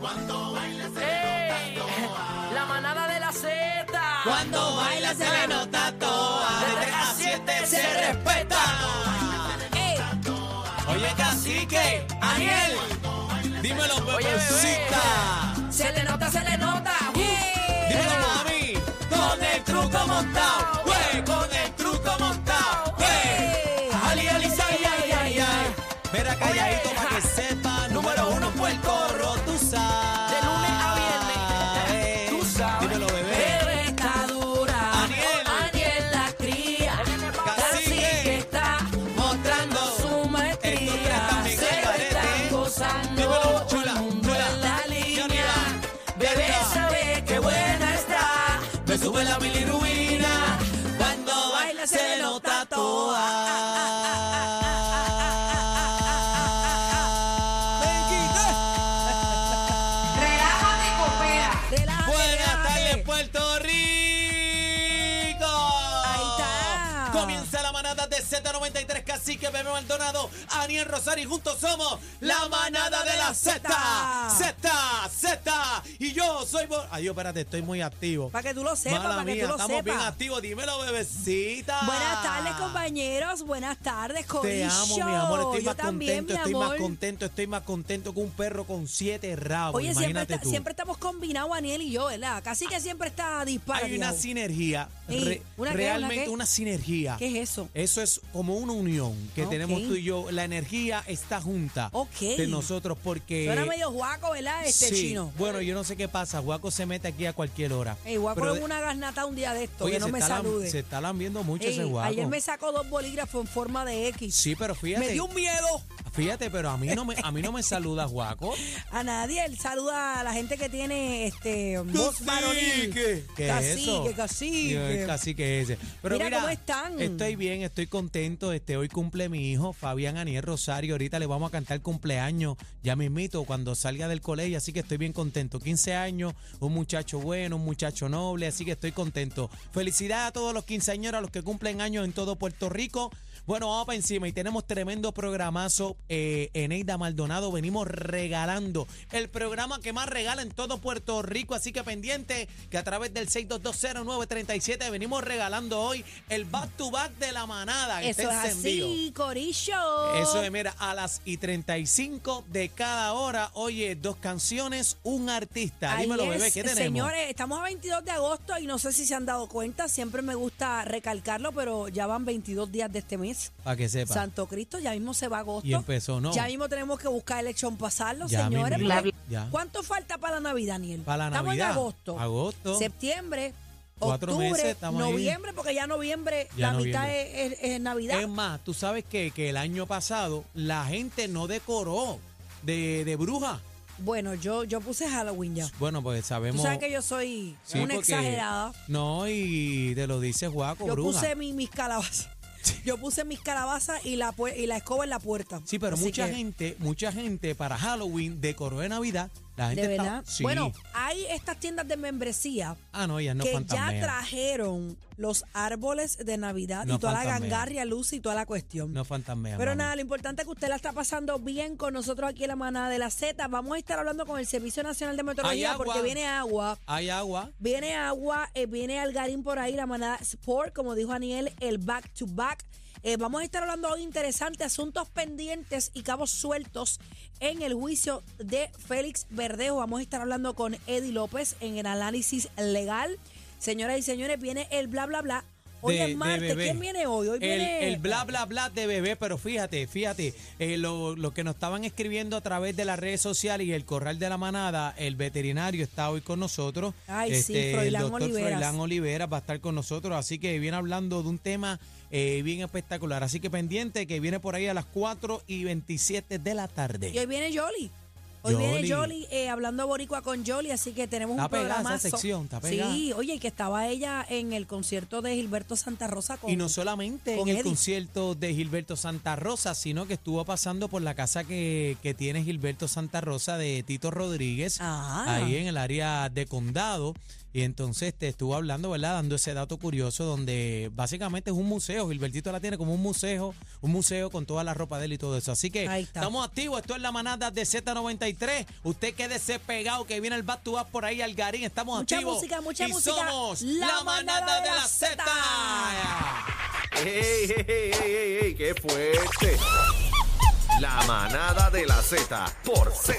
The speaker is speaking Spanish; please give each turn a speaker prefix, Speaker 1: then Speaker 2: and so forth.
Speaker 1: Cuando baila se
Speaker 2: ¡Ey! La manada de la Z.
Speaker 3: Cuando baila se le nota toa.
Speaker 2: De tres a siete se respeta.
Speaker 3: Ey. Oye, cacique, Aniel, dímelo, pues,
Speaker 2: Oye,
Speaker 3: bebecita.
Speaker 2: Se le nota, se le nota. Uh.
Speaker 3: Dímelo, mami, con el truco montado. güey, con el truco montado.
Speaker 2: Eh.
Speaker 3: güey. Ali, ali, ay, ay, ay, ay. Mira, calladito para
Speaker 2: Eh.
Speaker 3: que sepa. Número uno fue el corro, tú sabes.
Speaker 2: De lunes a viernes, tú sabes. Eh.
Speaker 3: Dímelo, bebé.
Speaker 2: Bebé está dura.
Speaker 3: Aniel.
Speaker 2: Aniel la cría. Casi que está
Speaker 3: Mostrando
Speaker 2: su
Speaker 3: Estos tres
Speaker 2: maestría.
Speaker 3: están bien
Speaker 2: Se lo
Speaker 3: calientes.
Speaker 2: están
Speaker 3: Dímelo,
Speaker 2: gozando. Todo
Speaker 3: chula,
Speaker 2: el mundo
Speaker 3: chula.
Speaker 2: en la línea.
Speaker 3: Johnny,
Speaker 2: Bebé
Speaker 3: venga.
Speaker 2: sabe que buena está.
Speaker 3: Me sube la bilirruina cuando baila se nota toa.
Speaker 4: Relájate y coopera.
Speaker 2: Relájate,
Speaker 3: Buenas
Speaker 2: relájate.
Speaker 3: tardes Puerto Rico.
Speaker 2: está.
Speaker 3: Comienza la manada de Z93 Cacique, Bebé Maldonado, Aniel Rosario y juntos somos la manada de la Z. Z, Z. Y yo soy... Bo- Ay, Dios, espérate, estoy muy activo.
Speaker 5: Para que tú lo sepas,
Speaker 3: Mala
Speaker 5: para que
Speaker 3: mía,
Speaker 5: tú lo
Speaker 3: estamos bien
Speaker 5: sepas.
Speaker 3: activos. Dímelo, bebecita.
Speaker 5: Buenas tardes, compañeros. Buenas tardes,
Speaker 3: Te
Speaker 5: Corillo.
Speaker 3: amo, mi amor. Estoy
Speaker 5: Yo
Speaker 3: más
Speaker 5: también,
Speaker 3: contento,
Speaker 5: mi
Speaker 3: estoy más
Speaker 5: amor.
Speaker 3: contento, estoy más contento que un perro con siete rabos.
Speaker 5: Oye, siempre,
Speaker 3: Imagínate
Speaker 5: está-
Speaker 3: tú.
Speaker 5: siempre estamos combinados, Aniel y yo, ¿verdad? Casi que siempre está disparado.
Speaker 3: Hay una sinergia,
Speaker 5: Ey,
Speaker 3: re-
Speaker 5: ¿una qué, una
Speaker 3: realmente
Speaker 5: qué?
Speaker 3: una sinergia.
Speaker 5: ¿Qué es eso?
Speaker 3: Eso es como una unión que
Speaker 5: Ah,
Speaker 3: tenemos
Speaker 5: ok.
Speaker 3: tú y yo. La energía está junta
Speaker 5: Ok.
Speaker 3: de nosotros porque...
Speaker 5: Suena medio guaco, ¿verdad? Este
Speaker 3: Sí.
Speaker 5: chino.
Speaker 3: Bueno, yo no sé qué pasa. Guaco se mete aquí a cualquier hora.
Speaker 5: Ey, guaco
Speaker 3: Pero
Speaker 5: en
Speaker 3: de-
Speaker 5: una gasnata un día de esto,
Speaker 3: Oye,
Speaker 5: que no
Speaker 3: se,
Speaker 5: me
Speaker 3: está lam-
Speaker 5: salude.
Speaker 3: se está lambiendo mucho
Speaker 5: Ey,
Speaker 3: ese guaco.
Speaker 5: ayer me sacó dos bolígrafos en forma de X.
Speaker 3: Sí, pero fíjate.
Speaker 5: Me dio un miedo.
Speaker 3: Fíjate, pero a mí no me, a mí no me saluda Guaco.
Speaker 5: A nadie. Él saluda a la gente que tiene este voz varonil.
Speaker 3: ¿Qué es eso?
Speaker 5: Cacique, cacique.
Speaker 3: Dios, Cacique ese. Pero mira,
Speaker 5: Mira, ¿cómo están?
Speaker 3: Estoy bien, estoy contento. Este, hoy cumple mi hijo, Fabián Aniel Rosario. Ahorita le vamos a cantar cumpleaños. Ya mismito, cuando salga del colegio. Así que estoy bien contento. 15 años, un muchacho bueno, un muchacho noble. Así que estoy contento. Felicidades a todos los quinceañeros, a los que cumplen años en todo Puerto Rico. Bueno, vamos para encima y tenemos tremendo programazo. Eh, Eneida Maldonado, venimos regalando el programa que más regala en todo Puerto Rico. Así que pendiente que a través del 6220937 venimos regalando hoy el back to back de la manada. que
Speaker 5: Eso es
Speaker 3: está encendido.
Speaker 5: así, Corillo.
Speaker 3: Eso es, mira, a las y 35 de cada hora, oye, dos canciones, un artista.
Speaker 5: Ahí
Speaker 3: Dímelo,
Speaker 5: es,
Speaker 3: bebé, ¿qué tenemos?
Speaker 5: Señores, estamos a 22 de agosto y no sé si se han dado cuenta, siempre me gusta recalcarlo, pero ya van 22 días de este mes.
Speaker 3: Para que sepa.
Speaker 5: Santo Cristo, ya mismo se va agosto.
Speaker 3: Y empezó, ¿no?
Speaker 5: Ya mismo tenemos que buscar el lechón pasarlo,
Speaker 3: Ya
Speaker 5: señores.
Speaker 3: mismito,
Speaker 5: porque
Speaker 3: ya.
Speaker 5: ¿Cuánto falta para la Navidad, Daniel?
Speaker 3: Para la
Speaker 5: estamos
Speaker 3: Navidad.
Speaker 5: en agosto.
Speaker 3: Agosto.
Speaker 5: Septiembre,
Speaker 3: Cuatro
Speaker 5: octubre,
Speaker 3: meses, estamos ahí.
Speaker 5: noviembre, porque ya noviembre,
Speaker 3: Ya
Speaker 5: la mitad
Speaker 3: noviembre.
Speaker 5: es, es- es Navidad.
Speaker 3: Es más, tú sabes que, que el año pasado la gente no decoró de, de bruja.
Speaker 5: Bueno, yo, yo puse Halloween ya.
Speaker 3: Bueno, pues
Speaker 5: Tú
Speaker 3: sabemos.
Speaker 5: sabes que yo soy
Speaker 3: Sí,
Speaker 5: una
Speaker 3: porque-
Speaker 5: exagerada.
Speaker 3: No, y te lo dice Juaco,
Speaker 5: Yo
Speaker 3: bruja.
Speaker 5: puse mi- mis calabazas. Yo puse mis calabazas y la, pue- y la escoba en la puerta.
Speaker 3: Sí, pero
Speaker 5: Así
Speaker 3: mucha
Speaker 5: que,
Speaker 3: gente, mucha gente para Halloween decoró de Navidad. La gente
Speaker 5: De
Speaker 3: está-
Speaker 5: verdad.
Speaker 3: Sí.
Speaker 5: Bueno, hay estas tiendas de membresía
Speaker 3: ah, no, ya no
Speaker 5: que ya
Speaker 3: fantasmean.
Speaker 5: trajeron los árboles de Navidad
Speaker 3: No
Speaker 5: y toda la
Speaker 3: fantasmean.
Speaker 5: gangarria luz y toda la cuestión.
Speaker 3: No fantasmean.
Speaker 5: Pero
Speaker 3: mami.
Speaker 5: nada, lo importante es que usted la está pasando bien con nosotros aquí en la manada de la Z. Vamos a estar hablando con el Servicio Nacional de Meteorología
Speaker 3: agua.
Speaker 5: porque viene agua.
Speaker 3: Hay agua.
Speaker 5: Viene agua, eh, viene Algarín por ahí, la manada Sport, como dijo Aniel, el back to back. Eh, vamos a estar hablando hoy interesante, asuntos pendientes y cabos sueltos en el juicio de Félix Verdejo. Vamos a estar hablando con Eddie López en el análisis legal. Señoras y señores, viene el bla bla bla. Hoy
Speaker 3: de- de
Speaker 5: es martes.
Speaker 3: bebé.
Speaker 5: ¿Quién viene hoy? Hoy
Speaker 3: el,
Speaker 5: viene.
Speaker 3: el bla, bla, bla de bebé, pero fíjate, fíjate, eh, lo, lo que nos estaban escribiendo a través de las redes sociales y el corral de la manada, el veterinario está hoy con nosotros. Este,
Speaker 5: Ay, sí,
Speaker 3: el
Speaker 5: Froilán
Speaker 3: doctor
Speaker 5: Oliveras.
Speaker 3: Froilán Oliveras va a estar con nosotros, así que viene hablando de un tema eh, bien espectacular. Así que pendiente que viene por ahí a las 4 y 27 de la tarde.
Speaker 5: Y hoy viene Jolly. Hoy
Speaker 3: Yoli.
Speaker 5: viene Jolly eh, hablando boricua con Jolly, así que tenemos
Speaker 3: Está
Speaker 5: un
Speaker 3: pegada esa
Speaker 5: programa.
Speaker 3: sección, está pegada.
Speaker 5: Sí, oye, y que estaba ella en el concierto de Gilberto Santa Rosa con
Speaker 3: Y no solamente en
Speaker 5: con
Speaker 3: el
Speaker 5: Eddie.
Speaker 3: concierto de Gilberto Santa Rosa, sino que estuvo pasando por la casa que, que tiene Gilberto Santa Rosa de Tito Rodríguez,
Speaker 5: Ah.
Speaker 3: ahí en el área de condado. Y entonces te estuvo hablando, ¿verdad? Dando ese dato curioso donde básicamente es un museo. Gilbertito la tiene como un museo, un museo con toda la ropa de él y todo eso. Así que
Speaker 5: Ahí está.
Speaker 3: estamos activos. Esto es la manada de Z93. 23. Usted quédese pegado que viene el back to back por ahí, Algarín. Estamos
Speaker 5: Mucha
Speaker 3: activos.
Speaker 5: música, mucha
Speaker 3: y
Speaker 5: música.
Speaker 3: somos
Speaker 5: La
Speaker 3: la
Speaker 5: manada
Speaker 3: manada
Speaker 5: de
Speaker 3: de
Speaker 5: la
Speaker 3: la
Speaker 5: Zeta.
Speaker 3: Z.
Speaker 1: ¡Ey, ey, ey, ey, ey! ey qué fuerte! La manada de la Z por Z.